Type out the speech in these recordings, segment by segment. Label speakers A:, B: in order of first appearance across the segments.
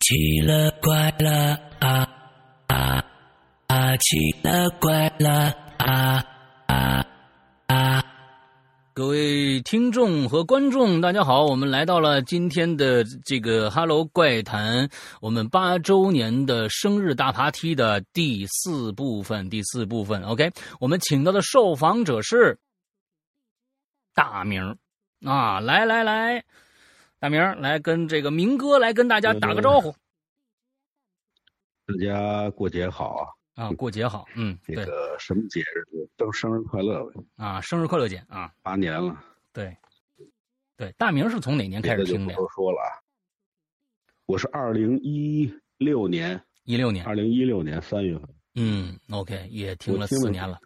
A: 奇了怪了啊啊啊！奇了怪了啊啊啊！
B: 各位听众和观众，大家好，我们来到了今天的这个《Hello 怪谈》，我们八周年的生日大爬梯的第四部分，第四部分，OK，我们请到的受访者是大明儿啊，来来来，大明儿来跟这个明哥来跟大家打个招呼
C: 大家过节好啊！
B: 啊，过节好，嗯，
C: 这
B: 对
C: 个什么节日都都生日快乐呗，
B: 啊，生日快乐姐啊，
C: 八年了，
B: 对对，大明儿是从哪年
C: 别
B: 开
C: 的
B: 始
C: 就
B: 听
C: 不
B: 的呀？
C: 多说了啊。我是二零一六年，
B: 一六年，
C: 二零一六年三月份
B: 嗯，OK，也听了
C: 我听了
B: 四年了，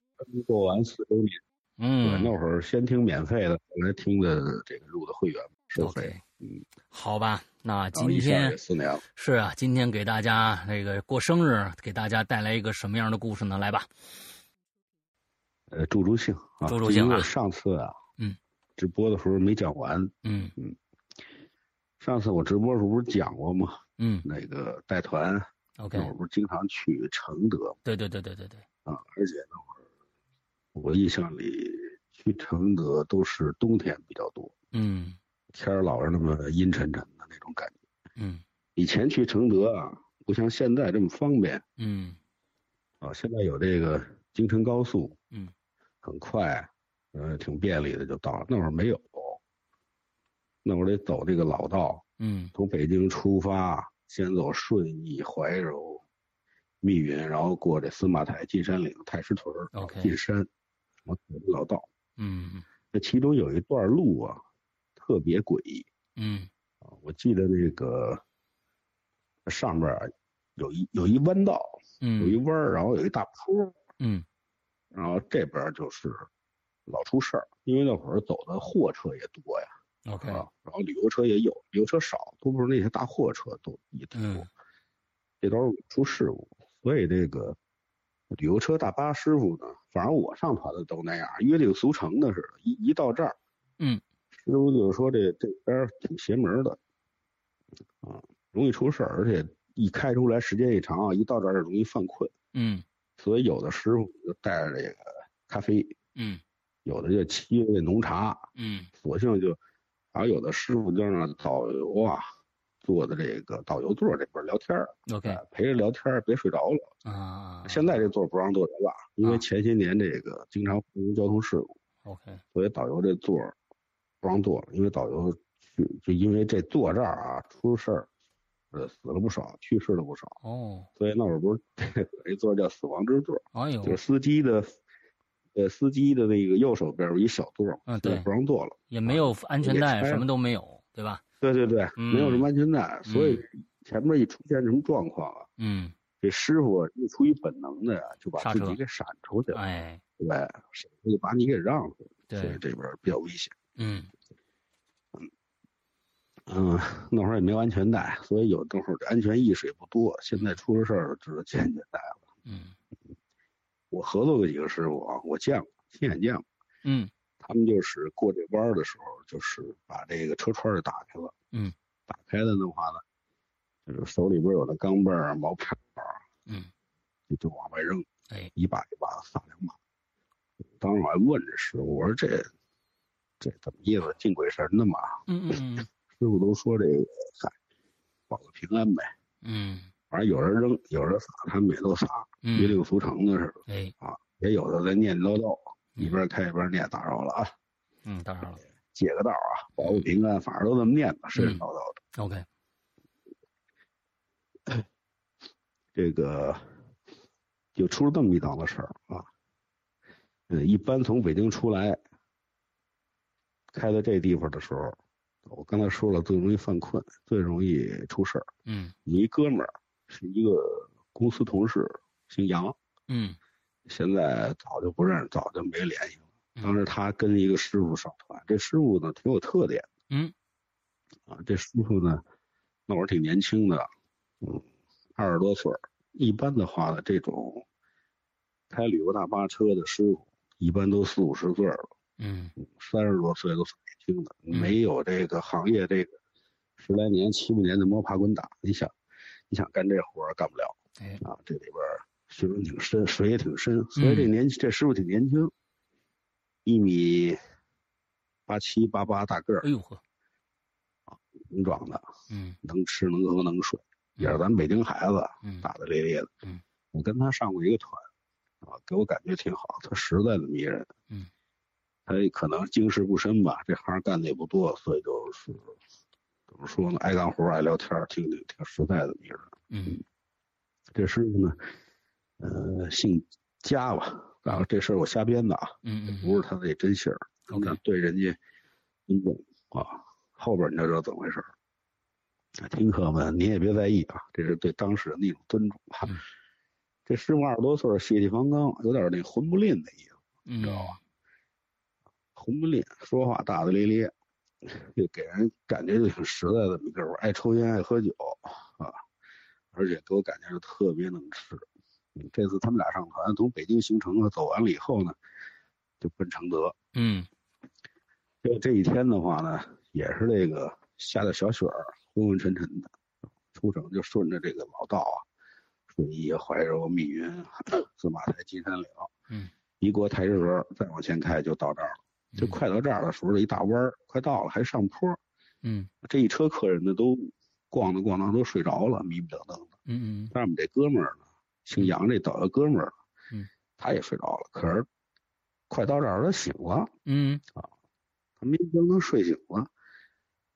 C: 过完四周年，对
B: 嗯，
C: 那会儿先听免费的，后来听的这个入的会员收费
B: OK，，
C: 嗯，
B: 好吧，那
C: 然后
B: 今
C: 一下也
B: 天
C: 四年了。
B: 是啊，今天给大家那个过生日，给大家带来一个什么样的故事呢？来吧，
C: 呃，助助兴啊，
B: 助助兴啊
C: 因为我上次啊，
B: 嗯，
C: 直播的时候没讲完。
B: 嗯
C: 上次我直播的时候不是讲过吗？
B: 嗯
C: 那个带团，
B: ，OK，
C: 那会儿不是经常去承德吗
B: 对对对对对对，
C: 啊，而且那会儿我印象里去承德都是冬天比较多，
B: 嗯
C: 天儿老是那么阴沉沉的那种感觉。
B: 嗯
C: 以前去承德啊，不像现在这么方便
B: 嗯
C: 啊，现在有这个京承高速，
B: 嗯，
C: 很快，嗯、挺便利的就到了。那会儿没有，那会儿得走这个老道，
B: 嗯
C: 从北京出发，先走顺义、怀柔、密云，然后过这司马台、金山岭、太师屯儿、
B: OK
C: 进山，我走这老道。
B: 嗯
C: 这其中有一段路啊，特别诡异
B: 嗯
C: 啊！我记得那个上面啊有一有一弯道，有一
B: 嗯
C: 弯儿，然后有一大坡，
B: 嗯
C: 然后这边儿就是老出事儿，因为那会儿走的货车也多呀，
B: ，OK，
C: 啊，然后旅游车也有，旅游车少，都不是那些大货车都一多，
B: 嗯
C: 这都是出事故，所以这个旅游车大巴师傅呢，反正我上团的都那样，约定俗成的似的，一一到这儿，
B: 嗯，
C: 师傅就说这这边儿挺邪门的，啊，容易出事儿，而且一开出来时间一长啊，一到这儿就容易犯困，
B: 嗯
C: 所以有的师傅就带着这个咖啡，
B: 嗯
C: 有的就沏这浓茶，
B: 嗯
C: 索性就，然后有的师傅就让导游啊坐在这个导游座这边聊天儿，
B: ，OK
C: 哎陪着聊天儿，别睡着了。
B: 啊，
C: 现在这座不让坐人了，因
B: 啊
C: 为前些年这个经常发生交通事故，
B: OK，
C: 所以导游这座不让坐了，因为导游去就因为这坐这儿啊出事儿，呃死了不少，去世了不少，
B: 哦，
C: 所以那会儿不是 有一座叫死亡之座，
B: 哎呦
C: 就，是司机的。呃，司机的那个右手边有一小座，
B: 嗯
C: 所以
B: 对
C: 不让坐了。
B: 也没有安全带，什么都没有，对吧？
C: 对对对，没有什
B: 嗯
C: 么安全带，所以前面一出现什么状况啊，
B: 嗯，
C: 这师傅啊是出于本能的呀，就把
B: 刹
C: 自
B: 车
C: 己给闪出去了，
B: 哎，
C: 对，闪出去把你给让出去，所以
B: 对，
C: 这边比较危险。
B: 嗯
C: 嗯，那会儿也没有安全带，所以有那会儿安全意识也不多。现在出了事儿，知道系安全带了。
B: 嗯
C: 我合作过几个师傅啊，我见过，亲眼见过，
B: 嗯
C: 他们就是过这弯儿的时候，就是把这个车窗就打开了，
B: 嗯，
C: 打开了的话呢，就是手里边有那钢镚儿、毛片儿，
B: 嗯，
C: 就就往外扔，
B: 哎，
C: 一把一把撒两把。当时我还问这师傅，我说这这怎么意思？敬鬼神的嘛？
B: 嗯嗯
C: 师傅都说这个，嗨，保个平安呗。
B: 嗯
C: 反正有人扔，有人撒，他们也都撒，
B: 嗯，
C: 约定俗成的似的。
B: 哎，
C: 也有的在念叨叨，一边开一边念，打扰了啊，
B: 嗯，当然了
C: 借个道啊，保个平安，反正都这么念吧，神神叨叨的。
B: ，OK，
C: 这个就出了这么一档子事儿啊。嗯，一般从北京出来，开到这地方的时候，我刚才说了，最容易犯困，最容易出事儿。
B: 嗯
C: 有一哥们儿是一个公司同事，姓杨，
B: 嗯
C: 现在早就不认识，早就没联系了。
B: 嗯
C: 当时他跟一个师傅上团，这师傅呢挺有特点，
B: 嗯，
C: 啊，这师傅呢那会儿挺年轻的，嗯，二十多岁儿。一般的话呢，这种开旅游大巴车的师傅，一般都四五十岁儿了，
B: 嗯
C: 三十多岁都挺年轻的，
B: 嗯
C: 没有这个行业这个十来年、七八年的摸爬滚打。你想，你想干这活儿干不了
B: 哎，
C: 啊，这里边儿学问挺深，水也挺深，所以这
B: 嗯
C: 年、这师傅挺年轻，一米八七八八大个儿啊
B: 哎，呦呵，
C: 挺壮的，
B: 嗯，
C: 能吃能喝能睡，也是咱北京孩子，
B: 嗯
C: 大大咧咧的。
B: 嗯，
C: 我跟他上过一个团，啊，给我感觉挺好，特实在的迷人。
B: 嗯，
C: 他可能经世不深吧，这行干的也不多，所以就是怎么说呢，爱干活，爱聊天，挺挺挺实在的迷人。
B: 嗯
C: 这师傅呢，呃，姓加吧，啊，这事儿我瞎编的啊，
B: 嗯嗯，
C: 不是他那真姓儿，
B: OK
C: 那对人家尊重啊。后边你就知道怎么回事儿。啊听课们，您也别在意啊，这是对当事人的一种尊重啊。
B: 嗯
C: 这师傅二十多岁儿，血气方刚，有点那混不吝的意思，
B: 嗯，
C: 知道吧？混不吝，说话大大咧咧，就给人感觉就挺实在的一个人，爱抽烟爱喝酒啊，而且给我感觉就特别能吃。嗯这次他们俩上船，从北京行程啊走完了以后呢，就奔承德，
B: 嗯
C: 这这一天的话呢，也是这个下着小雪儿，昏昏沉沉的，出城就顺着这个老道啊，顺义、怀柔、密云、司马台、金山岭，
B: 嗯，
C: 一过太直河，再往前开就到这儿了。就
B: 嗯
C: 快到这儿的时候，一大弯儿，快到了还上坡儿，
B: 嗯
C: 这一车客人呢都逛着逛着都睡着了，迷迷瞪瞪的。
B: 嗯嗯
C: 但是我们这哥们儿呢，姓杨这导游哥们儿，
B: 嗯，
C: 他也睡着了，可是快到这儿他醒了。
B: 嗯
C: 他迷迷瞪瞪睡醒了。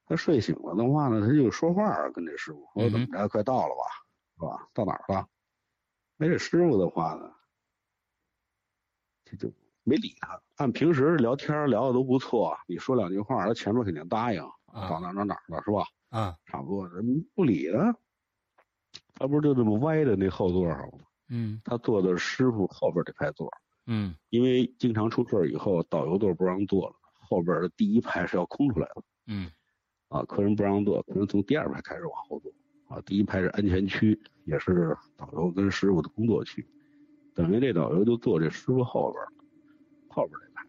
C: 他睡醒了的话呢，他就说话儿跟这师傅说
B: 嗯哼
C: 怎么着，快到了吧，是吧？到哪儿了？那这师傅的话呢，这就没理他。按平时聊天儿聊的都不错，你说两句话儿，他前面肯定答应。到
B: 啊
C: 哪儿哪儿哪儿了，是吧？
B: 啊
C: 差不多，人不理他。他不是就这么歪着那后座上吗？
B: 嗯
C: 他坐的是师傅后边儿这排座，
B: 嗯
C: 因为经常出事儿以后，导游座不让坐了，后边儿的第一排是要空出来的。
B: 嗯
C: 啊，客人不让坐，客人从第二排开始往后坐啊。第一排是安全区，也是导游跟师傅的工作区，等于这导游就坐这师傅后边儿，后边儿这排。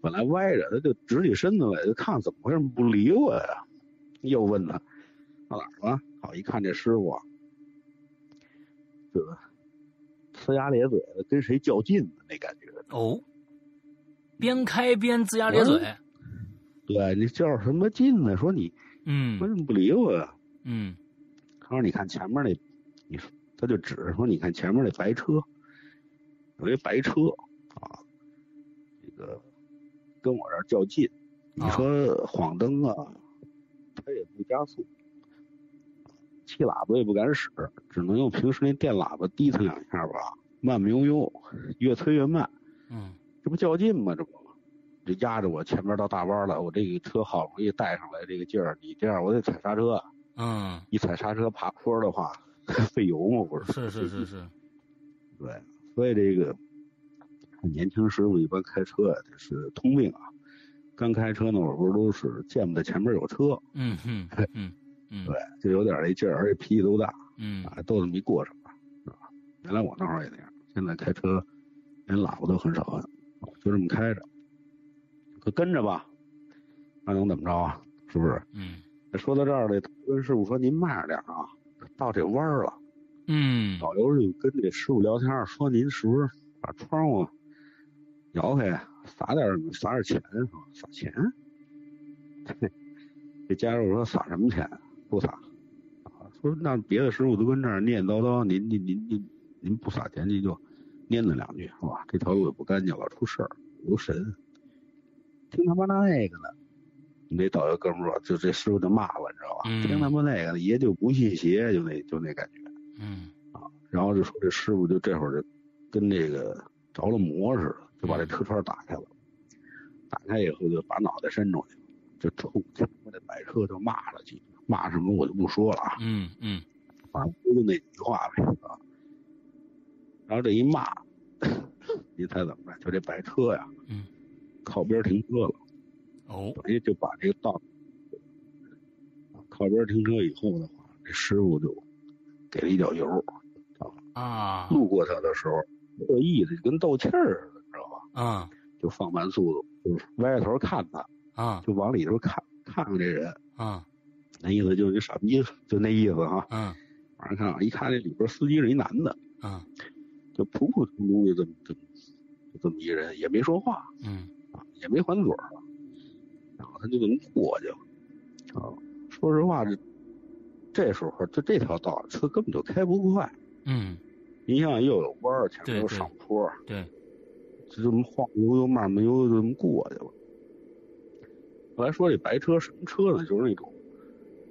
C: 本来歪着，他就直起身子来，就看怎么回事不理我呀。又问他到哪儿了？好，一看这师傅啊，这个呲牙咧嘴的，跟谁较劲的那感觉。
B: 哦，边开边龇牙咧嘴，
C: 对你较什么劲呢？说你
B: 嗯
C: 为什么不理我呀？啊
B: 嗯
C: 他说：“你看前面那，你说他就指着说，你看前面那白车，有一白车啊，这个跟我这儿较劲，你
B: 啊
C: 说晃灯啊，他也不加速，气喇叭也不敢使，只能用平时那电喇叭滴他两下吧，慢慢悠悠，越推越慢，
B: 嗯
C: 这不较劲吗？这不。”就压着我前面到大弯了，我这个车好不容易带上来这个劲儿，你这样我得踩刹车啊。
B: 嗯，
C: 一踩刹车爬坡的话， 费油嘛，不是？
B: 是是是是，
C: 对，所以这个年轻师傅一般开车啊，这是通病啊。刚开车呢，我不是都是见不得前面有车，
B: 嗯嗯嗯嗯
C: 对，就有点那劲儿，而且脾气都大
B: 嗯
C: 啊，斗得没过什么，是吧？原来我那会儿也那样，现在开车连喇叭都很少摁，就这么开着，可跟着吧，那能怎么着啊？是不是？
B: 嗯
C: 说到这儿呢，跟师傅说您慢着点儿啊，到这弯儿了。
B: 嗯
C: 导游就跟这师傅聊天儿，说您是不是把窗户摇开，撒点儿撒点儿钱是吧？撒钱？ 这家属说撒什么钱？不撒。啊，说那别的师傅都跟这儿念叨叨，您您您您您不撒钱，您就念叨两句是吧？这条路也不干净了，出事儿留神。听他妈那个呢，你这导游哥们儿说就这师傅就骂了，你知道吧？
B: 嗯
C: 听他妈那个呢，爷就不信邪，就那就那感觉。
B: 嗯
C: 然后就说这师傅就这会儿就跟那个着了魔似的，就把这车窗打开了，打开以后就把脑袋伸出去，就冲前面的白车就骂了几句，骂什么我就不说了啊，
B: 嗯嗯
C: 反正就那几句话呗啊。然后这一骂，你猜怎么着？就这白车呀，
B: 嗯，
C: 靠边停车了，
B: 哦
C: 等于就把这个道啊靠边停车以后的话，这师傅就给了一脚油，
B: 啊
C: 路过他的时候，特意的就跟斗气儿似的，知道吧？
B: 啊
C: 就放慢速度，就是歪着头看他，
B: 啊
C: 就往里头看，看看这人，
B: 啊
C: 那意思就是你傻逼，就那意思哈、
B: 啊
C: 晚上看啊，一看这里边司机是一男的，
B: 啊，
C: 就普普通通就这么这么就这么一人，也没说话，
B: 嗯
C: 啊，也没还嘴儿啊，然后他就这么过去了。啊，说实话，这这时候就这条道车根本就开不快，
B: 嗯，
C: 你想又有弯儿，前
B: 对
C: 面又
B: 对
C: 上坡儿，
B: 对，
C: 就这么晃悠悠、慢慢悠悠就这么过去了。后来说这白车什么车呢？就是那种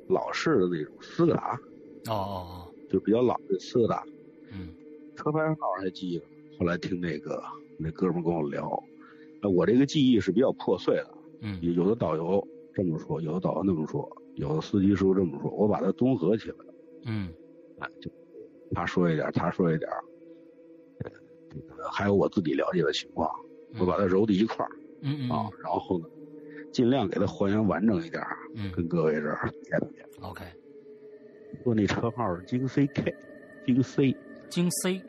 C: 老式的那种斯柯达，
B: 哦哦哦，
C: 就比较老的斯柯达，
B: 嗯
C: 车牌上哪儿还记着？后来听那个那哥们儿跟我聊，啊，我这个记忆是比较破碎的，
B: 嗯
C: 有有的导游这么说，有的导游那么说，有的司机师傅这么说，我把它综合起来，
B: 嗯
C: 啊，就他说一点儿，他说一点儿，呃，这个还有我自己了解的情况，我把它揉到一块儿
B: 嗯嗯
C: 啊，然后呢，尽量给它还原完整一点儿，
B: 嗯
C: 跟各位这儿解释解释。
B: ，OK，
C: 说那车号是京 CK，京 C，
B: 京 C，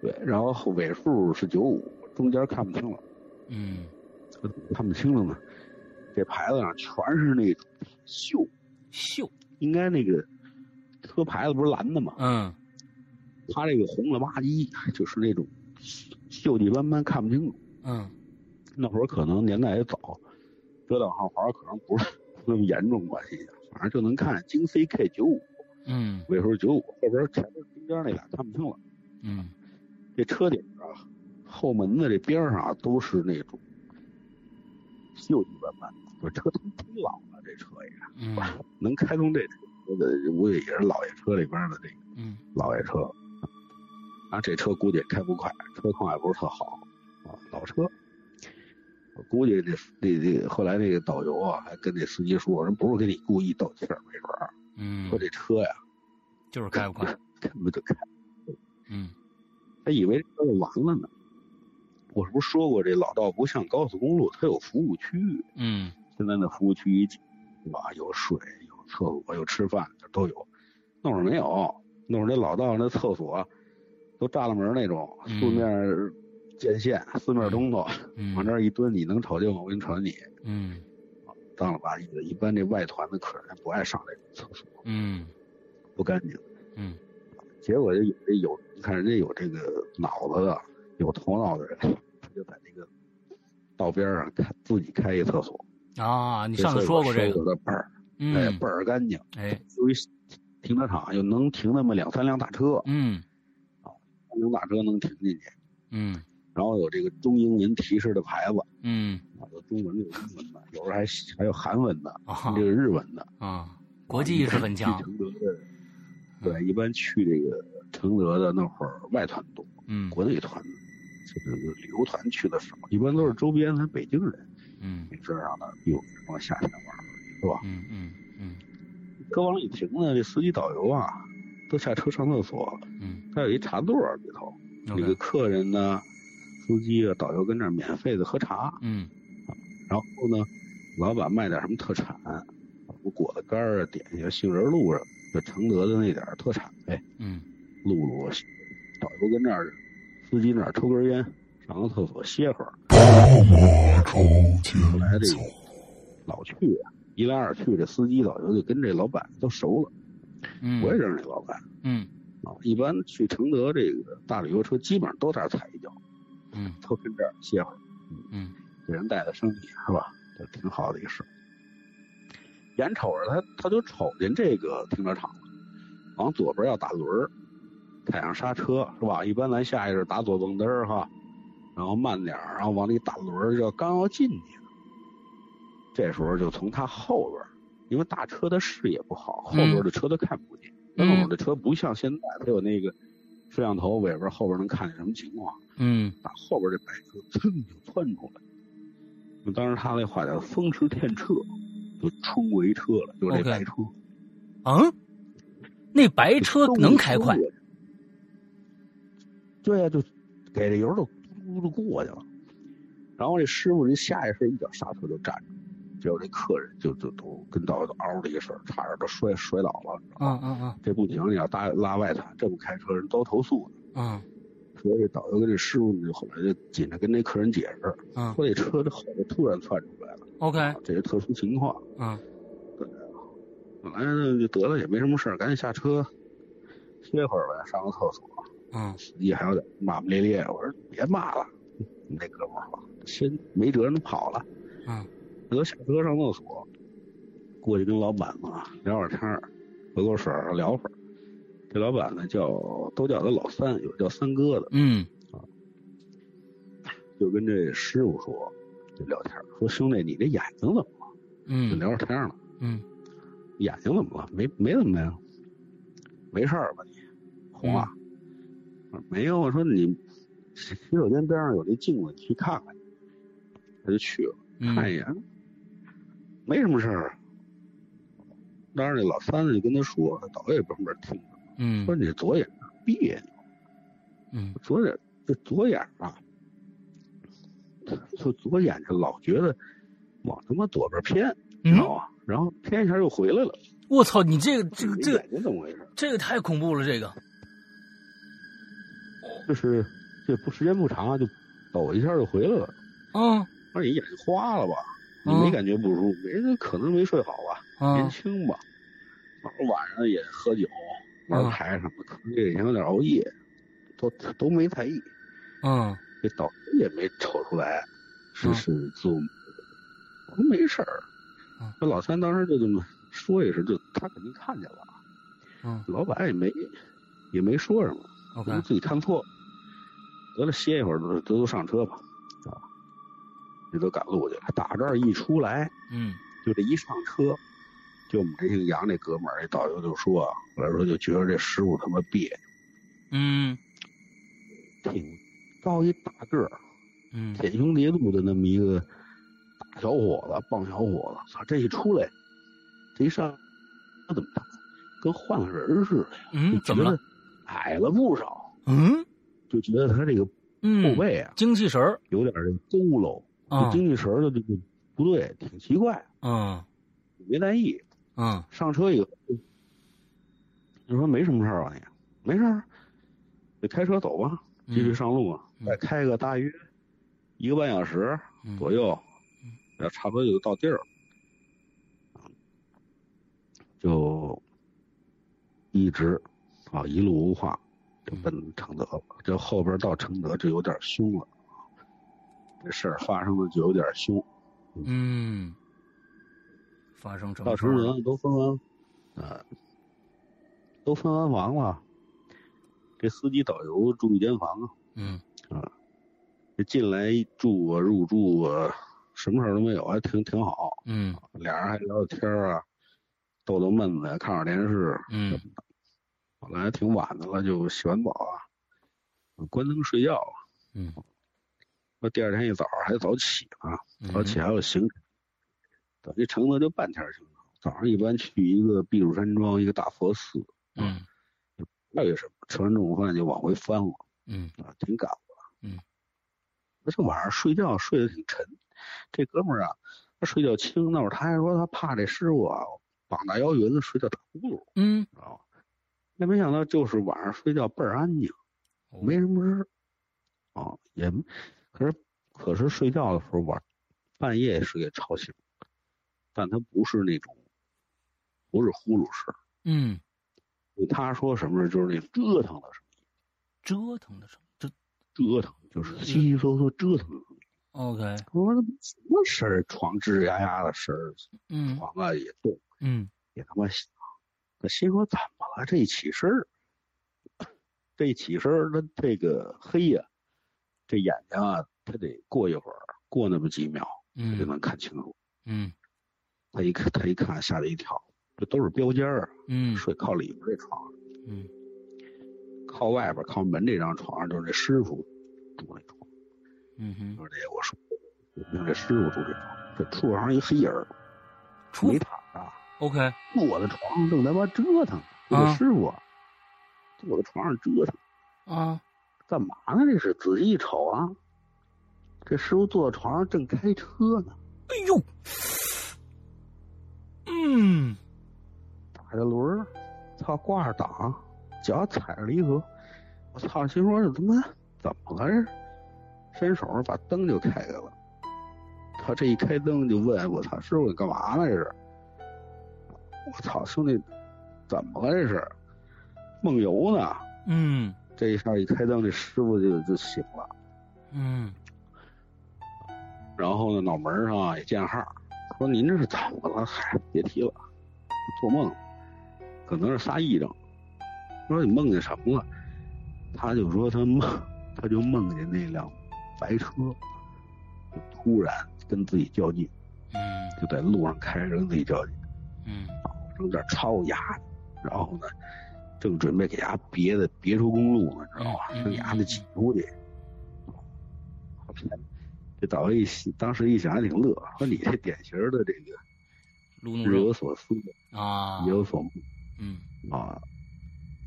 C: 对，然后尾数是九五，中间看不清了。
B: 嗯，
C: 我怎么看不清了呢？这牌子上全是那种锈，
B: 秀，
C: 应该那个车牌子不是蓝的吗？
B: 嗯
C: 它这个红了吧唧，就是那种锈迹斑斑，看不清楚。
B: 嗯
C: 那会儿可能年代也早，遮挡号牌可能不是那么严重吧，也反正就能看京 CK 九五，
B: 嗯
C: 尾数九五，后边前面中间那俩看不清了。
B: 嗯
C: 这车顶啊，后门的这边上啊，都是那种锈迹斑斑。我车都挺老了，这车也。
B: 嗯
C: 能开通这车，我得我也是老爷车里边的这个
B: 嗯
C: 老爷车，然后这车估计也开不快，车况也不是特好啊，老车。我估计这这这后来那个导游啊，还跟这司机说，人不是给你故意斗气儿，没准儿
B: 嗯
C: 说，这车呀
B: 就是开不快，
C: 根本就开，
B: 嗯
C: 他以为这车就完了呢。我是不是说过这老道不像高速公路，它有服务区域？
B: 嗯
C: 现在那服务区一进，对吧？有水，有厕所，有吃饭，这都有。那会儿没有，那会儿那老道那厕所都栅栏门那种，
B: 嗯
C: 四面见线，四面东头，
B: 嗯，
C: 往那儿一蹲，你能瞅见我，我给你瞅见你。
B: 嗯
C: 脏了吧唧的，一般这外团的客人不爱上这种厕所，
B: 嗯
C: 不干净。
B: 嗯
C: 结果这有这有，你看人家有这个脑子的，有头脑的人，他就在那个道边上开自己开一厕所。
B: 啊，你上次说过这个，
C: 个倍儿哎
B: 嗯
C: 倍儿干净。
B: 哎
C: 由于停车场又能停那么两三辆大车，
B: 嗯
C: 三辆大车能停进去，
B: 嗯
C: 然后有这个中英文提示的牌子
B: 嗯
C: 啊，有中文的，有英文的，有时候还还有韩文的，
B: 啊
C: 这个日文的。
B: 啊，国际意识很强
C: 去，承德的，
B: 嗯
C: 对，一般去这个承德的那会儿外团多，
B: 嗯
C: 国内团就是旅游团去的少，一般都是周边咱北京人，
B: 嗯
C: 你这让他有什么夏天玩儿是吧？
B: 嗯嗯嗯
C: 车往里停呢，这司机导游啊都下车上厕所，
B: 嗯
C: 他有一茶座儿里头。那个
B: ，OK，
C: 客人呢，司机啊、导游跟这儿免费的喝茶，
B: 嗯
C: 然后呢，老板卖点什么特产，什么果子干儿啊、点心啊、杏仁露啊，就承德的那点儿特产呗，
B: 嗯
C: 露露。啊导游跟这儿，司机那儿抽根烟，上个厕所歇会儿。后来这个老去啊一来二去，这司机导游就跟这老板都熟了，
B: 嗯，
C: 我也认识这老板
B: 嗯
C: 啊。一般去承德这个大旅游车，基本上都在这儿踩一脚，
B: 嗯
C: 都跟这儿歇会儿。
B: 嗯
C: 给人带的生意是吧？这挺好的一个事儿。眼瞅着他，他就瞅见这个停车场了，往左边要打轮儿，踩上刹车是吧？一般咱下意识打左蹦嘚儿哈，然后慢点儿，然后往里打轮儿，就要刚要进去了。这时候就从他后边儿，因为大车的视野不好，后边儿的车他看不见。
B: 嗯
C: 那会儿的车不像现在，它有那个摄像头尾边儿后边儿能看见什么情况。
B: 嗯
C: 打后边这白车噌就窜出来。那当时他那话叫风驰电掣，就冲过一车了，就这
B: OK
C: 白车。
B: 嗯，那白
C: 这
B: 车能开快？。
C: 对呀、就给这油就嘟嘟就过去了。然后这师傅人下意识一脚刹车就站住，结果这客人就就都跟导游嗷的一声，差点都摔摔倒了。你知道吗
B: 嗯嗯
C: 这不行，你要搭拉外滩，这不开车人都投诉呢。
B: 嗯嗯
C: 所以这导游跟这师傅呢，后来就紧着跟这客人解释，
B: 嗯
C: 说这车这后头突然窜出来了，
B: ，OK，
C: 这是特殊情况。
B: 嗯
C: 本来呢就得了也没什么事儿，赶紧下车歇会儿呗，上个厕所。
B: 嗯
C: 也还有点骂骂咧咧。我说别骂了，那哥们儿说真没辙，你跑了。
B: 嗯
C: 得下车上厕所，过去跟老板嘛聊会儿天儿，喝口水儿聊会儿。这老板呢叫都叫他老三，有叫三哥的，
B: 嗯
C: 就跟这师傅说，就聊天儿说兄弟，你这眼睛怎么了？就
B: 嗯
C: 聊会儿天儿呢，
B: 嗯
C: 眼睛怎么了？没没怎么呀？没事儿吧你？红了？我说没有，我说你洗手间边上有那镜子，你去看看。他就去了。看
B: 嗯
C: 一眼，没什么事儿啊。当时这老三就跟他说，他倒也旁边听着，
B: 嗯
C: 说你左眼别扭，
B: 嗯
C: 左眼这左眼啊，就左眼就老觉得往他妈左边偏，你
B: 嗯
C: 知道，吧？然后偏一下又回来了，
B: 我操，你这个这个
C: 你
B: 这个
C: 眼睛怎么回事？
B: 这个太恐怖了，这个，
C: 就是这不时间不长啊，就抖一下就回来了。
B: 嗯
C: 我说你眼睛花了吧？你
B: 嗯
C: 没感觉不舒服？没人可能没睡好吧？年
B: 嗯
C: 轻吧，然后晚上也喝酒，玩
B: 嗯
C: 牌什么的，可能这几天有点熬夜，都都没在意，
B: 嗯
C: 这导师也没瞅出来是
B: 嗯
C: 是做梦的，我说没事儿
B: 嗯。
C: 那老三当时就这么说一声，就他肯定看见了，
B: 嗯
C: 老板也没也没说什么，
B: ，OK，
C: 可能自己看错了。得了，歇一会儿，都都都上车吧，啊，这都赶路去了。打这儿一出来，
B: 嗯
C: 就这一上车，就我们这姓杨这哥们儿，这导游就说啊，后来说就觉得这师傅他妈别
B: 嗯
C: 扭，挺高一大个儿，
B: 嗯
C: 挺胸叠肚的那么一个大小伙子，棒小伙子，操，这一出来，这一上，他怎么着，跟换了人似的，
B: 嗯，
C: 就
B: 怎
C: 觉
B: 么
C: 得
B: 了？
C: 矮了不少，
B: 嗯
C: 就觉得他这个后
B: 嗯，
C: 背啊、
B: 精气神儿
C: 有点这佝偻，
B: 啊
C: 这，精气神儿就就就不对，挺奇怪，
B: 嗯
C: 没在意，
B: 嗯
C: 上车以后，就说没什么事儿吧你，没事儿，就开车走吧，继续上路啊，
B: 嗯
C: 再开个大约一个半小时
B: 嗯
C: 左右
B: 嗯，
C: 然后差不多就到地儿了，就一直啊一路无话，就
B: 嗯
C: 奔承德了。这后边到承德就有点凶了，啊这事儿发生的就有点凶。
B: 嗯，发生什
C: 到
B: 么事
C: 成
B: 儿了？
C: 人都分完，呃，都分完房了。这司机导游住一间房啊，
B: 嗯
C: 这进来住啊入住啊，什么事儿都没有，还挺挺好。
B: 嗯
C: 俩人还聊聊天儿啊，逗逗闷子呀，看会儿电视。
B: 嗯
C: 后来挺晚的了，就洗完澡啊，关灯睡觉。
B: 嗯，
C: 那第二天一早还早起呢、
B: 嗯，
C: 而且还有行程，等于承德就半天儿行程。早上一般去一个避暑山庄，一个大佛寺，
B: 嗯
C: 那个什么，吃完中午饭就往回翻了
B: 嗯
C: 啊，挺赶了。
B: 嗯，
C: 而且晚上睡觉睡得挺沉，这哥们儿啊，他睡觉轻，那会儿他还说他怕这师傅啊膀大腰圆的睡觉打呼噜，
B: 嗯，
C: 知道吗？那啊没想到就是晚上睡觉倍儿安静，没什么事儿啊，也可是可是睡觉的时候吧，半夜是给吵醒，但他不是那种不是呼噜声
B: 嗯
C: 儿，他说什么就是那折腾的声儿。
B: 折腾的声，这
C: 折腾，就是稀稀嗦嗦折腾。
B: OK，
C: 我说什么声儿？床吱吱呀呀的声儿，
B: 嗯
C: 床啊也动，
B: 嗯
C: 也他妈响。我心说怎么了？这一起身儿，这一起身儿，他这个黑呀、这眼睛啊，他得过一会儿，过那么几秒，他就
B: 嗯
C: 能看清楚。
B: 嗯
C: 他一看，他一看，吓了一跳。这都是标间儿，啊
B: 嗯
C: 睡靠里边儿这床，
B: 嗯
C: 靠外边儿靠门这张床上就是这师傅住那床。
B: 嗯哼，
C: 就是这，我说，我听这师傅住这床，这厨房一黑影儿，
B: 出
C: 没躺着，
B: OK，
C: 坐在床上正他妈折腾呢。这个
B: 啊
C: 师傅啊坐在床上折腾，
B: 啊
C: 干嘛呢？这是仔细一瞅啊，这师傅坐在床上正开车呢，
B: 哎呦，嗯
C: 打着轮儿，操，挂着档，脚踩着离合，我操，心说这他妈怎么了这是？伸手把灯就开开了，他这一开灯就问我操，师傅你干嘛呢这是？我操，兄弟，怎么了这是？梦游呢。
B: 嗯
C: 这一下一开灯，这师傅就就醒了。
B: 嗯
C: 然后呢，脑门儿上也见号，说您这是怎么了？嗨，别提了，做梦，可能是仨癔症。说你梦见什么了？他就说他梦，他就梦见那辆白车，就突然跟自己较劲，
B: 嗯
C: 就在路上开着跟自己较劲，
B: 嗯
C: 有点抄牙，然后呢，正准备给牙别的别出公路呢，知道吧？
B: 嗯嗯
C: 让牙子挤出去。这导游一想当时一想还挺乐，说你这典型的这个
B: 路怒
C: 日有
B: 症
C: 所思，
B: 啊
C: 夜，有所梦
B: 嗯
C: 啊。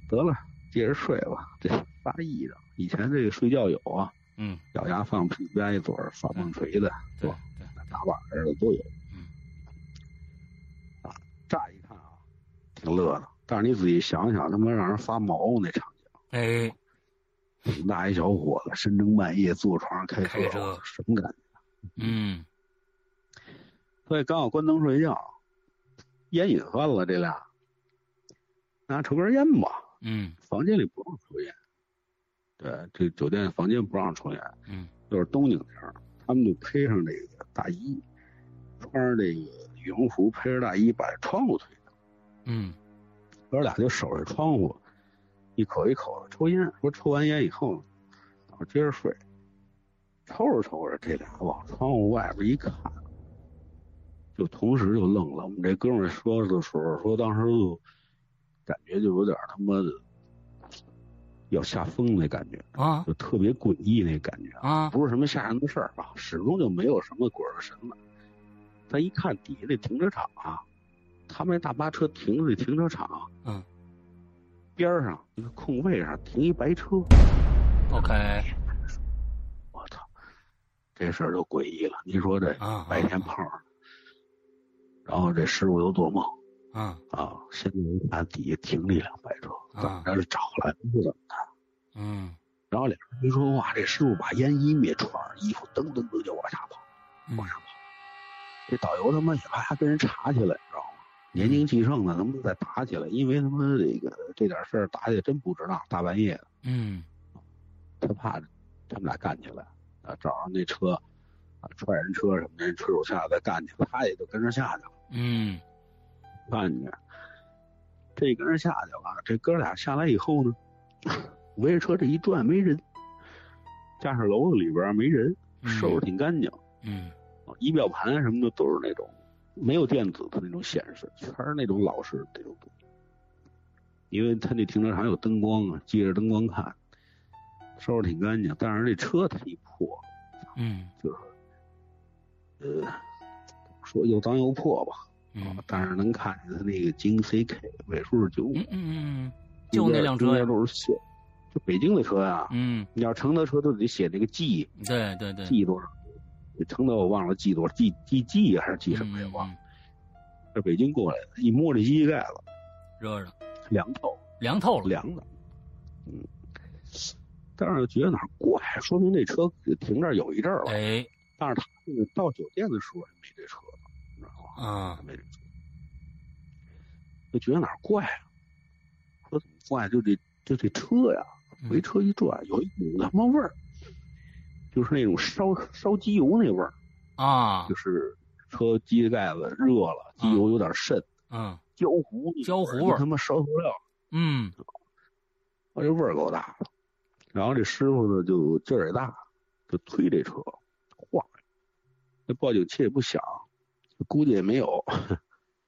C: 得了，接着睡吧，这发癔症。以前这个睡觉有啊，
B: 嗯，
C: 咬牙放屁、吧一嘴儿、耍棒槌的，
B: 对
C: 吧
B: 对，
C: 打把儿的都有。
B: 嗯，
C: 啊，乍一看啊，挺乐的，但是你仔细想想，他妈让人发毛那场景，
B: 哎，
C: 挺大一小伙子，深更半夜坐床上开车，
B: 开车
C: 什么感觉？
B: 嗯
C: 所以刚要关灯睡觉，烟瘾犯了，这俩拿抽根烟吧，
B: 嗯
C: 房间里不让抽烟。对，这酒店房间不让抽烟，
B: 嗯
C: 就是东景那儿，他们就披上这个大衣，穿着这个羽绒服，披着大衣，把窗户推开。
B: 嗯
C: 哥俩就守着窗户，一口一口的抽烟。说抽完烟以后呢，我接着睡。抽着抽着，这俩往窗户外边一看，就同时就愣了。我们这哥们儿说的时候，说当时就感觉就有点他妈的要吓疯那感觉，
B: 啊
C: 就特别诡异那感觉啊。
B: 啊，
C: 不是什么吓人的事儿啊，始终就没有什么鬼儿神了。咱一看底下这停车场啊，他们那大巴车停在停车场，
B: 嗯，
C: 边儿上一个空位上停一白车，
B: ，OK
C: 我操，这事儿就诡异了。您说这
B: 啊，
C: 白天碰上，然后这师傅又做梦
B: 啊
C: 啊，现在一看底下停了一辆白车，怎
B: 啊
C: 么着找来不怎么的，
B: 嗯
C: 然后俩人没说话，这师傅把烟一灭，穿上衣服噔噔噔就往下跑。往上跑。这导游他妈也怕跟人查起来，你知道吗？年轻气盛的，能不能再打起来？因为他妈这个这点事儿打起来真不值当，大半夜的，
B: 嗯
C: 他怕他们俩干起来啊，找上那车啊，踹人车什么的，人车手下来再干去，他也就跟着下去了，
B: 嗯
C: 干去。这一跟着下去了，啊这哥俩下来以后呢，围着车这一转没人，驾驶楼里边没人，收拾挺干净。
B: 嗯
C: 啊仪表盘什么的都是那种没有电子的那种显示，全是那种老式那种东西。因为他那停车场有灯光啊，借着灯光看，收拾挺干净。但是这车它一破，
B: 嗯
C: 呃，说又脏又破吧，啊
B: 嗯
C: 但是能看见它那个京 CK 尾数是九五，
B: 嗯嗯，就那辆车
C: 中
B: 呀
C: 间，都是写，就北京的车呀、
B: 嗯，
C: 你要乘他车都得写那个 G
B: 对对对，
C: G 多少，乘他我忘了 G 多少 G G G 还是 G 什
B: 嗯
C: 么也忘了。这北京过来的，一摸这机器盖子，
B: 嗯热了，
C: 凉透，
B: 凉透了，
C: 凉的。嗯，但是觉得哪儿怪，啊说明这车停这儿有一阵儿了。
B: 哎，
C: 但是他这个到酒店的时候也没这车了，你知道吗？
B: 啊，
C: 没这车，就觉得哪儿怪啊。说怎么怪？就这就这车呀，
B: 嗯
C: 围车一转，有一股他妈味儿，就是那种烧烧机油那味儿，
B: 啊
C: 就，是车机盖子热了，机油有点渗，
B: 嗯
C: 焦糊那
B: 焦糊味儿
C: 跟他妈烧塑料
B: 嗯
C: 我这味儿够大的。然后这师傅呢就劲儿也大，就推这车，晃，那报警器也不响，估计也没有。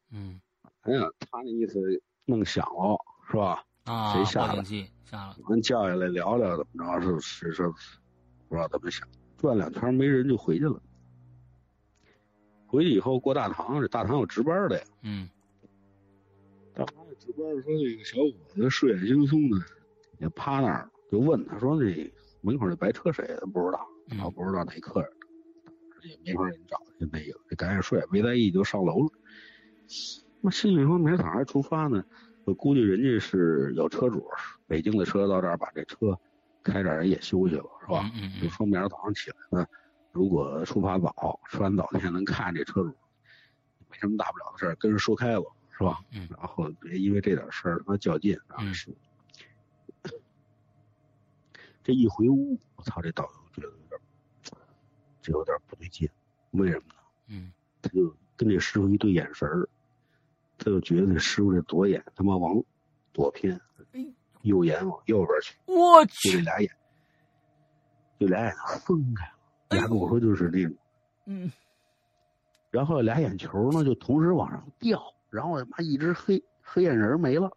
B: 嗯
C: 哎呀，他那意思弄响了是吧？
B: 啊，报警器下了，
C: 咱叫下来聊聊怎么着，是是是，不知道怎么想。转两圈没人就回去了。回去以后过大堂，这大堂有值班的呀。
B: 嗯
C: 大堂这值班的说这个小伙子睡眼惺忪的，也趴那儿，就问他说那门口那白车谁的不知道。我
B: 嗯
C: 不知道哪客人，也没法给你找去那个，就赶紧睡，没在意就上楼了。那心里说明儿早上还出发呢，我估计人家是有车主，北京的车到这儿把这车开这儿人也休息了，是吧？
B: 嗯
C: 就
B: 嗯
C: 说明儿早上起来呢，如果出发早，吃完早点能看这车主，没什么大不了的事儿，跟人说开了，是吧？
B: 嗯
C: 然后别因为这点事儿他妈较劲，然后啊
B: 嗯
C: 是。这一回屋，我操，这导游觉得有点，这有点不对劲，为什么呢？
B: 嗯
C: 他就跟这师傅一对眼神儿，他就觉得这师傅这左眼他妈往左偏，右眼往右边去，
B: 我
C: 就这
B: 去，
C: 俩眼，就俩眼分开了，俩跟我说就是那种，
B: 嗯
C: 然后俩眼球呢就同时往上掉，然后他妈一只黑黑眼仁儿没了，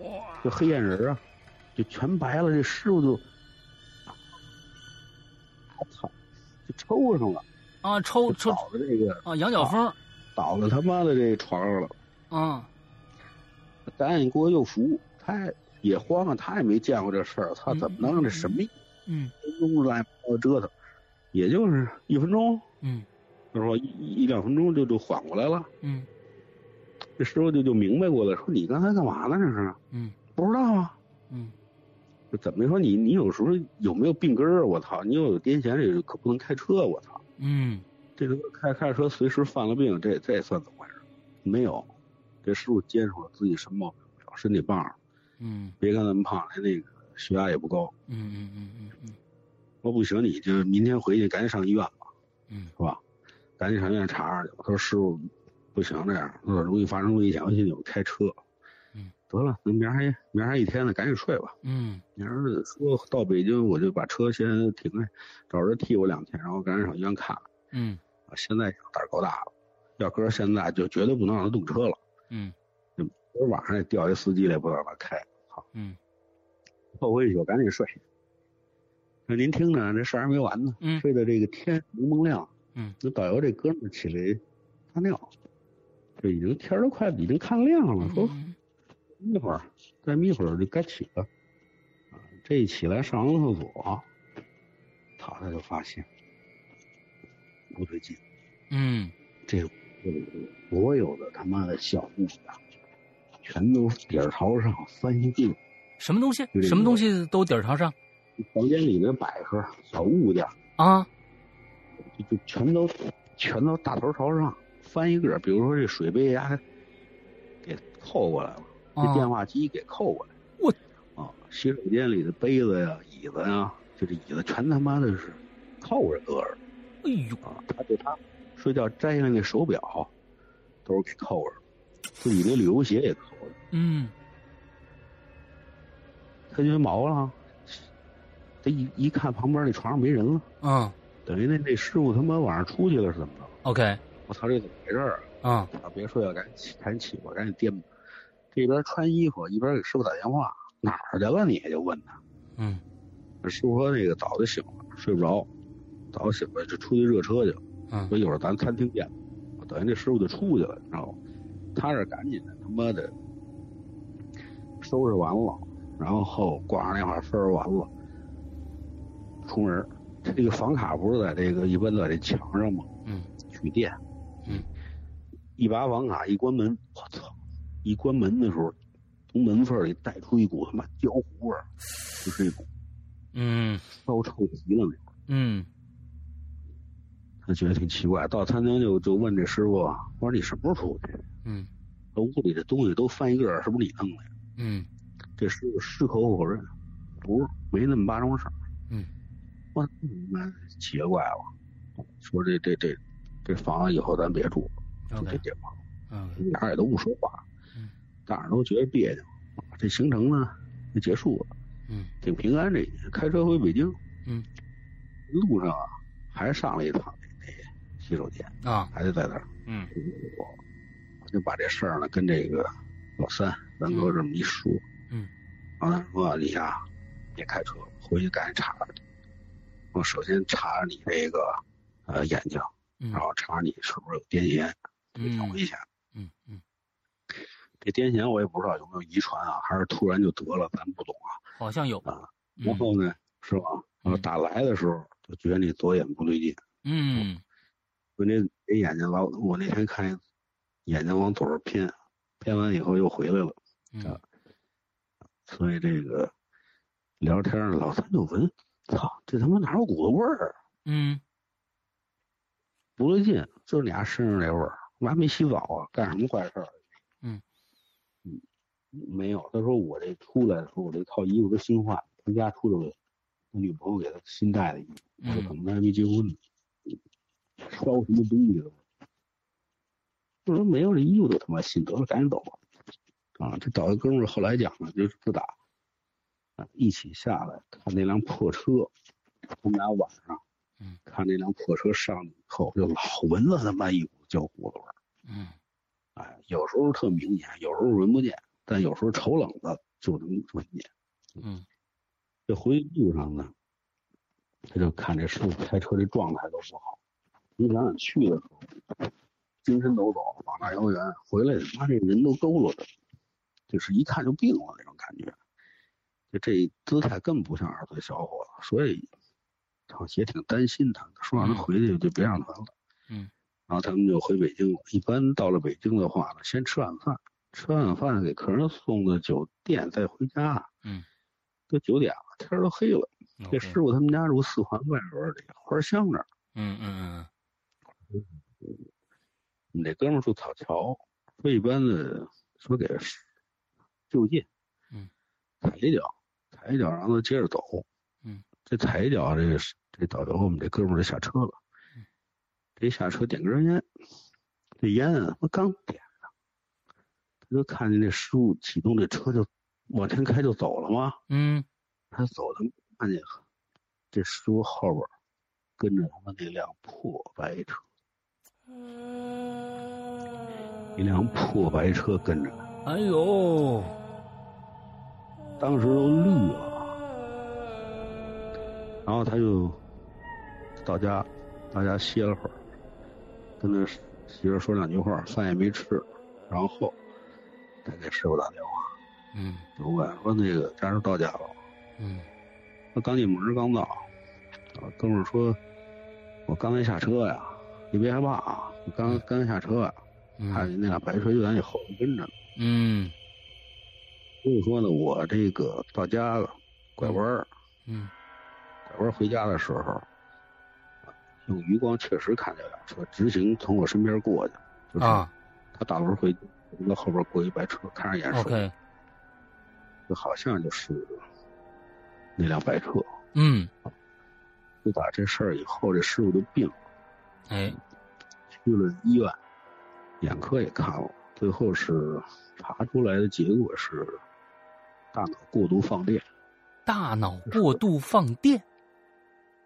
B: 哇，
C: 这黑眼仁啊，就全白了。这师傅就，
B: 啊
C: 我操，就抽上了，
B: 啊
C: 就
B: 抽抽
C: 倒在这个
B: 啊羊角风
C: 倒在他妈的这床上了。
B: 啊
C: 赶紧给我又扶，他也慌啊，他也没见过这事儿，他怎么能让这什么一
B: 嗯
C: 分钟来我折腾？也就是一分钟，
B: 嗯
C: 他说一一两分钟就就缓过来了。
B: 嗯
C: 这师傅就就明白过来，说你刚才干嘛呢？这是
B: 嗯
C: 不知道啊？
B: 嗯
C: 怎么说你你有时候有没有病根儿啊？我操，你有癫痫这可不能开车，我操。
B: 嗯
C: 这个开开着车随时犯了病，这这算怎么回事？没有，这师傅接触了自己什么毛病没有，身体棒，
B: 嗯
C: 别看咱们胖，他那个血压也不高。
B: 嗯嗯嗯嗯
C: 说不行，你就明天回去赶紧上医院吧，
B: 嗯
C: 是吧？赶紧上医院查查去吧。他说师傅不行，这样有点容易发生危险，尤其你们开车。
B: 嗯，
C: 得了，那明儿还明儿还一天呢，赶紧睡吧。
B: 嗯
C: 明儿说到北京，我就把车先停下，找人替我两天，然后赶紧上医院看看。
B: 嗯
C: 啊，现在胆儿够大了，要搁现在就绝对不能让他动车了。
B: 嗯
C: 今儿晚上也调一司机来，不让他开。好，
B: 嗯，
C: 后悔一宿，赶紧睡。那您听着，这事儿还没完呢。
B: 嗯
C: 睡到这个天蒙蒙亮，
B: 嗯，
C: 那导游这哥们儿起来撒尿，这已经天儿都快已经看亮了，说
B: 嗯
C: 一会儿再眯一会儿就该起了。啊，这一起来上完厕所，他他就发现不对劲。
B: 嗯
C: 这所有的他妈的小部啊，全都底儿朝上翻进
B: 什么东西什么东西都底儿朝上
C: 房间里的摆设、小物件，
B: 啊
C: 就就全都全都大头朝上翻一个儿。比如说这水杯呀，给扣过来了，这电
B: 啊
C: 话机给扣过来。
B: 我
C: 啊，洗手间里的杯子呀、椅子呀，就这椅子全他妈的是扣着搁着
B: 哎呦
C: 啊。他就他睡觉摘下那手表，都是给扣着了，自己那旅游鞋也扣着。
B: 嗯
C: 他觉得毛了，他一一看旁边那床上没人了，
B: 嗯
C: 等于那那师傅他妈晚上出去了是怎么着？
B: OK
C: 我操，这怎么回事儿
B: 啊
C: 啊？别睡了，赶紧起，赶紧起吧，赶紧颠吧。这边穿衣服，一边给师傅打电话，哪儿去了你？就问他。
B: 嗯
C: 师傅说那个早就醒了，睡不着，早就醒了就出去热车去了。
B: 嗯
C: 说一会儿咱餐厅见。等于这师傅就出去了，你知道吗？他这赶紧的他妈的收拾完了，然后挂上电话收拾完了，出门儿。他这个房卡不是在这个一般在这墙上吗？
B: 嗯
C: 取电。
B: 嗯。
C: 一拔房卡，一关门，我操！一关门的时候，从门缝里带出一股他妈焦糊味儿，就是一股
B: 嗯
C: 骚臭极了那种。
B: 嗯
C: 他觉得挺奇怪，到餐厅就就问这师傅啊，我说你什么时候出去？
B: 嗯
C: 这屋里这东西都翻一个儿，是不是你弄的呀？
B: 嗯
C: 这师傅矢口否认，啊不是，没那么八宗事儿。
B: 嗯，
C: 我他妈奇了怪了，说这这这这房子以后咱别住了，就这
B: OK
C: 地方，
B: 嗯
C: 俩人也都不说话
B: 嗯，
C: 大家都觉得别扭。啊这行程呢就结束了，
B: 嗯
C: 挺平安这一年。开车回北京，
B: 嗯，
C: 路上啊还上了一趟那那洗手间，
B: 啊
C: 还得在那儿。
B: 嗯
C: 我就把这事儿呢跟这个老三咱哥这么一说，
B: 嗯嗯，
C: 老三说你呀、别开车，回去赶紧查查去。我首先查你这个呃眼睛，
B: 嗯
C: 然后查你是不是有癫痫，这个挺
B: 嗯
C: 危险。
B: 嗯嗯
C: 这癫痫我也不知道有没有遗传啊，还是突然就得了，咱不懂啊。
B: 好像有
C: 然后呢，是吧？然后
B: 嗯
C: 打来的时候就觉得你左眼不对劲，
B: 嗯
C: 我那那眼睛老，我那天看眼睛往左边偏，偏完以后又回来了。啊
B: 嗯
C: 所以这个聊天儿老三就闻，操，这他妈哪有股子味儿？
B: 嗯
C: 不对劲，就是你丫身上这味儿，我还没洗澡啊，干什么坏事儿？
B: 嗯
C: 啊嗯，没有，他说我这出来的时候，我这套衣服都新换，从家出来了，我女朋友给他新带的衣服，我说
B: 嗯
C: 怎么着还没结婚呢，烧什么东西都。我说没有这衣服都他妈新，得了，赶紧走吧。啊，这找一哥们儿后来讲了，就是自打啊一起下来看那辆破车，我们俩晚上
B: 嗯
C: 看那辆破车上去以后，就老闻了他妈一股焦糊子味儿。
B: 嗯
C: 哎，有时候特明显，有时候闻不见，但有时候瞅冷子就能闻见。
B: 嗯
C: 这回路上呢，他就看这师傅开车这状态都不好。你想想去的时候，精神抖擞，膀大腰圆，回来他妈这人都佝偻着，就是一看就病了那种感觉。就这姿态更不像二十岁小伙子，所以好像也挺担心他的，说让他回去就别让他了。
B: 嗯，
C: 然后他们就回北京了。一般到了北京的话呢，先吃晚饭，吃完晚饭给客人送到酒店，再回家。
B: 嗯，
C: 都九点了，啊天儿都黑了。这
B: OK
C: 师傅他们家住四环外边儿这个花乡那儿，
B: 嗯嗯嗯
C: 我们这哥们儿住草桥，说一般的说给就近，
B: 嗯，
C: 踩一脚，踩一脚，然后接着走，
B: 嗯，
C: 这踩一脚，这个这导游我们这哥们儿就下车了，
B: 嗯
C: 这一下车点根烟，这烟啊，他刚点上，他就看见这师傅启动这车就往前开就走了吗？
B: 嗯
C: 他走的看见这书后边儿跟着他们那辆破白车，
B: 嗯
C: 一辆破白车跟着他，
B: 嗯，哎呦，
C: 当时都绿了。啊然后他就到家，到家歇了会儿，跟他媳妇儿说两句话，饭也没吃，然后再给师傅打电话，
B: 嗯
C: 就问说那个家人到家了吗。
B: 嗯
C: 他刚进门刚到，啊，哥们儿说，我刚才下车呀，你别害怕啊，我刚刚下车呀，
B: 嗯
C: 看见那俩白车就在你后头跟着呢。
B: 嗯
C: 所以说呢，我这个到家了，拐弯儿，
B: 嗯
C: 拐弯儿回家的时候，啊用余光确实看见俩车直行从我身边过去，就是
B: 啊
C: 他打轮回，从后边过一白车，看着眼熟，
B: ，OK，
C: 就好像就是那辆白车。
B: 嗯，
C: 就打这事儿以后，这师傅就病了。
B: 哎，
C: 去了医院，眼科也看了，最后是查出来的结果是大脑过度放电，
B: 大脑过度放电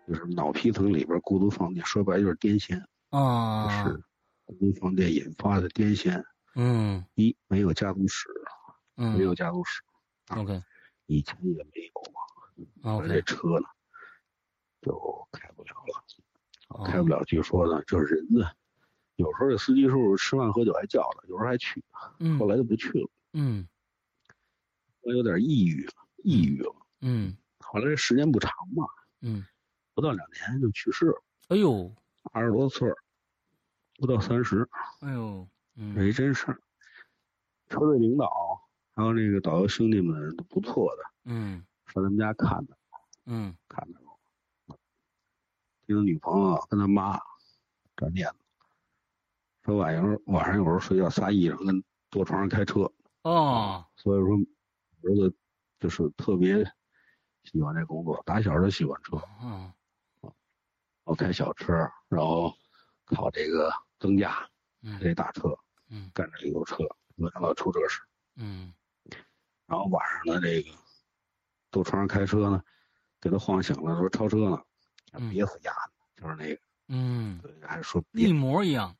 C: 就是脑皮层里边过度放电，说白就是癫痫，就
B: 啊，
C: 是过度放电引发的癫痫。
B: 嗯
C: 一没有家族史，
B: 嗯
C: 没有家族史，
B: ，OK
C: 以前也没有嘛。而这
B: OK，
C: 车呢，就开不了了，
B: 哦
C: 开不了。据说呢，就是人呢，有时候这司机叔叔吃饭喝酒还叫他，有时候还去，
B: 嗯
C: 后来就不去了，
B: 嗯
C: 后来有点抑郁了，抑郁了。
B: 嗯
C: 后来时间不长嘛，
B: 嗯，
C: 不到两年就去世了，
B: 哎呦
C: 二十多岁儿，不到三十，
B: 哎呦，
C: 这
B: 嗯
C: 一真事儿。车队领导还有那个导游兄弟们都不错的，
B: 嗯
C: 上他们家看的，
B: 嗯
C: 看的我。这个女朋友跟他妈这念叨，说晚上晚上有时候睡觉撒一裳，跟坐床上开车，
B: 哦，
C: 所以说儿子就是特别喜欢这工作，打小就喜欢车。
B: 嗯
C: 然后开小车，然后靠这个增驾这
B: 嗯
C: 大车
B: 嗯
C: 干这旅游车，没想到出这事。
B: 嗯
C: 然后晚上呢，这个坐床上开车呢，给他晃醒了，说哎超车呢，
B: 嗯
C: 憋死丫的，就是那
B: 嗯，
C: 个还说憋
B: 一。模一样，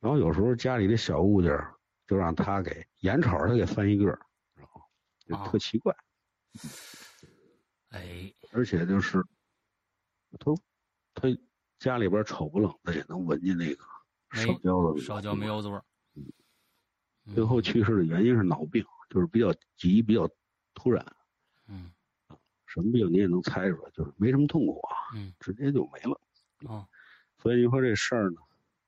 C: 然后有时候家里的小物件儿就让他给，眼瞅着他给翻一个儿，然后就
B: 啊
C: 特奇怪，
B: 哎，
C: 而且就是他他家里边瞅不冷的也能闻见那个
B: 没
C: 烧焦了的
B: 烧
C: 味
B: 焦
C: 儿
B: 煤油子味儿，嗯
C: 最后去世的原因是脑病，就是比较急，比较突然，
B: 嗯
C: 什么病你也能猜出来，就是没什么痛苦啊，
B: 嗯
C: 直接就没了。
B: 哦
C: 所以你说这事儿呢，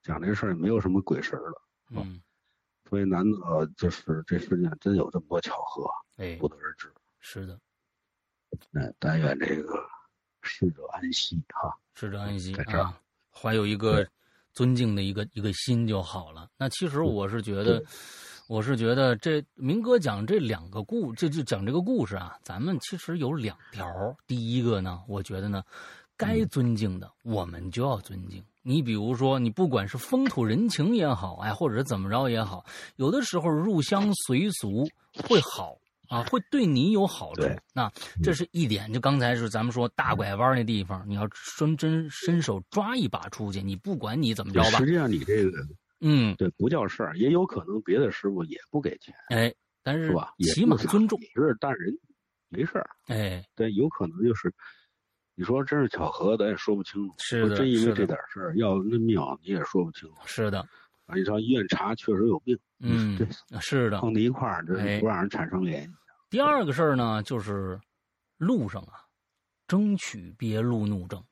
C: 讲这事儿也没有什么鬼神儿的，
B: 嗯
C: 所以难道就是这世界上真有这么多巧合，啊
B: 哎
C: 不得而知。
B: 是的。
C: 那但愿这个逝者安息哈、
B: 值得安息
C: 在这儿
B: 啊，怀有一个尊敬的一个一个心就好了。那其
C: 嗯
B: 实我是觉得，我是觉得这明哥讲这两个故，这就讲这个故事啊，咱们其实有两条。第一个呢，我觉得呢，
C: 嗯
B: 该尊敬的我们就要尊敬。你比如说，你不管是风土人情也好，哎，或者怎么着也好，有的时候入乡随俗会好。啊，会对你有好处
C: 对。
B: 那这是一点，就刚才是咱们说大拐弯那地方，你要伸真伸手抓一把出去，你不管你怎么着嗯吧
C: 实，际上你这个
B: 嗯，
C: 对不叫事儿，也有可能别的师傅也不给钱，
B: 哎，但是
C: 是吧？也
B: 起码
C: 不想
B: 尊重，
C: 也是但人没事儿，
B: 哎，
C: 但有可能就是你说真是巧合，咱也说不清楚。
B: 是的
C: 说真因为
B: 是的
C: 这点事儿要那命，你也说不清楚。
B: 是的，
C: 啊，你上医院查确实有病，
B: 嗯
C: 这
B: 是的。
C: 碰到一块儿，这
B: 哎
C: 不让人产生联系。
B: 第二个事儿呢，就是路上啊，争取别路怒症。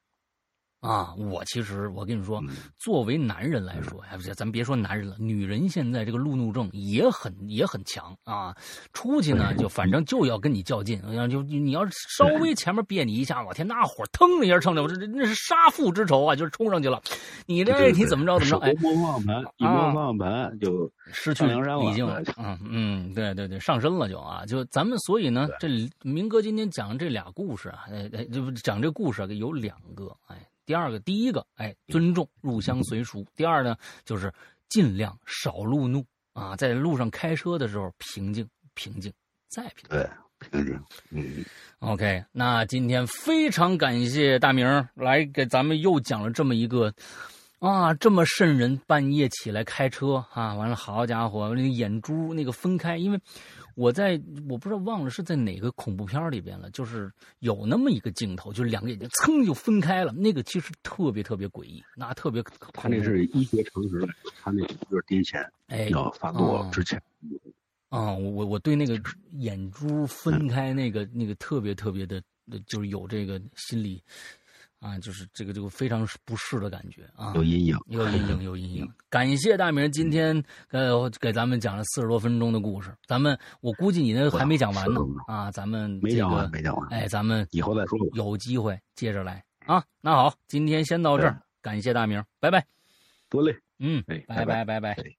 B: 啊，我其实我跟你说，
C: 嗯
B: 作为男人来说，哎，不是咱别说男人了，女人现在这个路怒症也很也很强啊。出去
C: 哎
B: 呢，就反正就要跟你较劲，然后就你要是稍微前面别你一下，我天，那火腾的一下蹭的，我这这那是杀父之仇啊，就是冲上去了。你这
C: 对
B: 你怎么着怎么着，
C: 手
B: 哎，
C: 摸方向盘，一
B: 啊
C: 摸方向盘就
B: 失去
C: 上梁山
B: 理
C: 了啊
B: 性
C: 对，
B: 嗯嗯，对对对，上身了就啊，就咱们所以呢，这明哥今天讲这俩故事啊，哎哎，就不讲这故事啊有两个，哎，第二个第一个，哎，尊重入乡随俗；第二呢，就是尽量少路怒啊，在路上开车的时候平静平静再平静。
C: 对平
B: 哦
C: 静。嗯，
B: OK，那今天非常感谢大明儿来给咱们又讲了这么一个啊，这么瘆人，半夜起来开车啊，完了，好家伙，那个眼珠那个分开，因为我在我不知道忘了是在哪个恐怖片里边了，就是有那么一个镜头，就是两个眼睛噌就分开了，那个其实特别特别诡异，那特别恐怖
C: 他那是医学常识来说，他那就是癫痫
B: 哎
C: 要发作
B: 哦
C: 之前。
B: 啊、我我我对那个眼珠分
C: 嗯
B: 开那个那个特别特别的，呃就是有这个心理啊，就是这个这个非常不适的感觉啊，
C: 有阴影，
B: 有阴影有阴影。感谢大明今天呃给咱们讲了四十多分钟的故事，咱们我估计你那还没讲完呢
C: 40分钟
B: 啊，咱们
C: 没
B: 这
C: 讲完，
B: 个
C: 没讲完，
B: 哎，咱们
C: 以后再说吧。
B: 有机会接着来啊。那好，今天先到这儿，感谢大明，拜拜。
C: 多累，
B: 嗯，
C: 嗯
B: 拜
C: 哎，拜
B: 拜拜。
C: 哎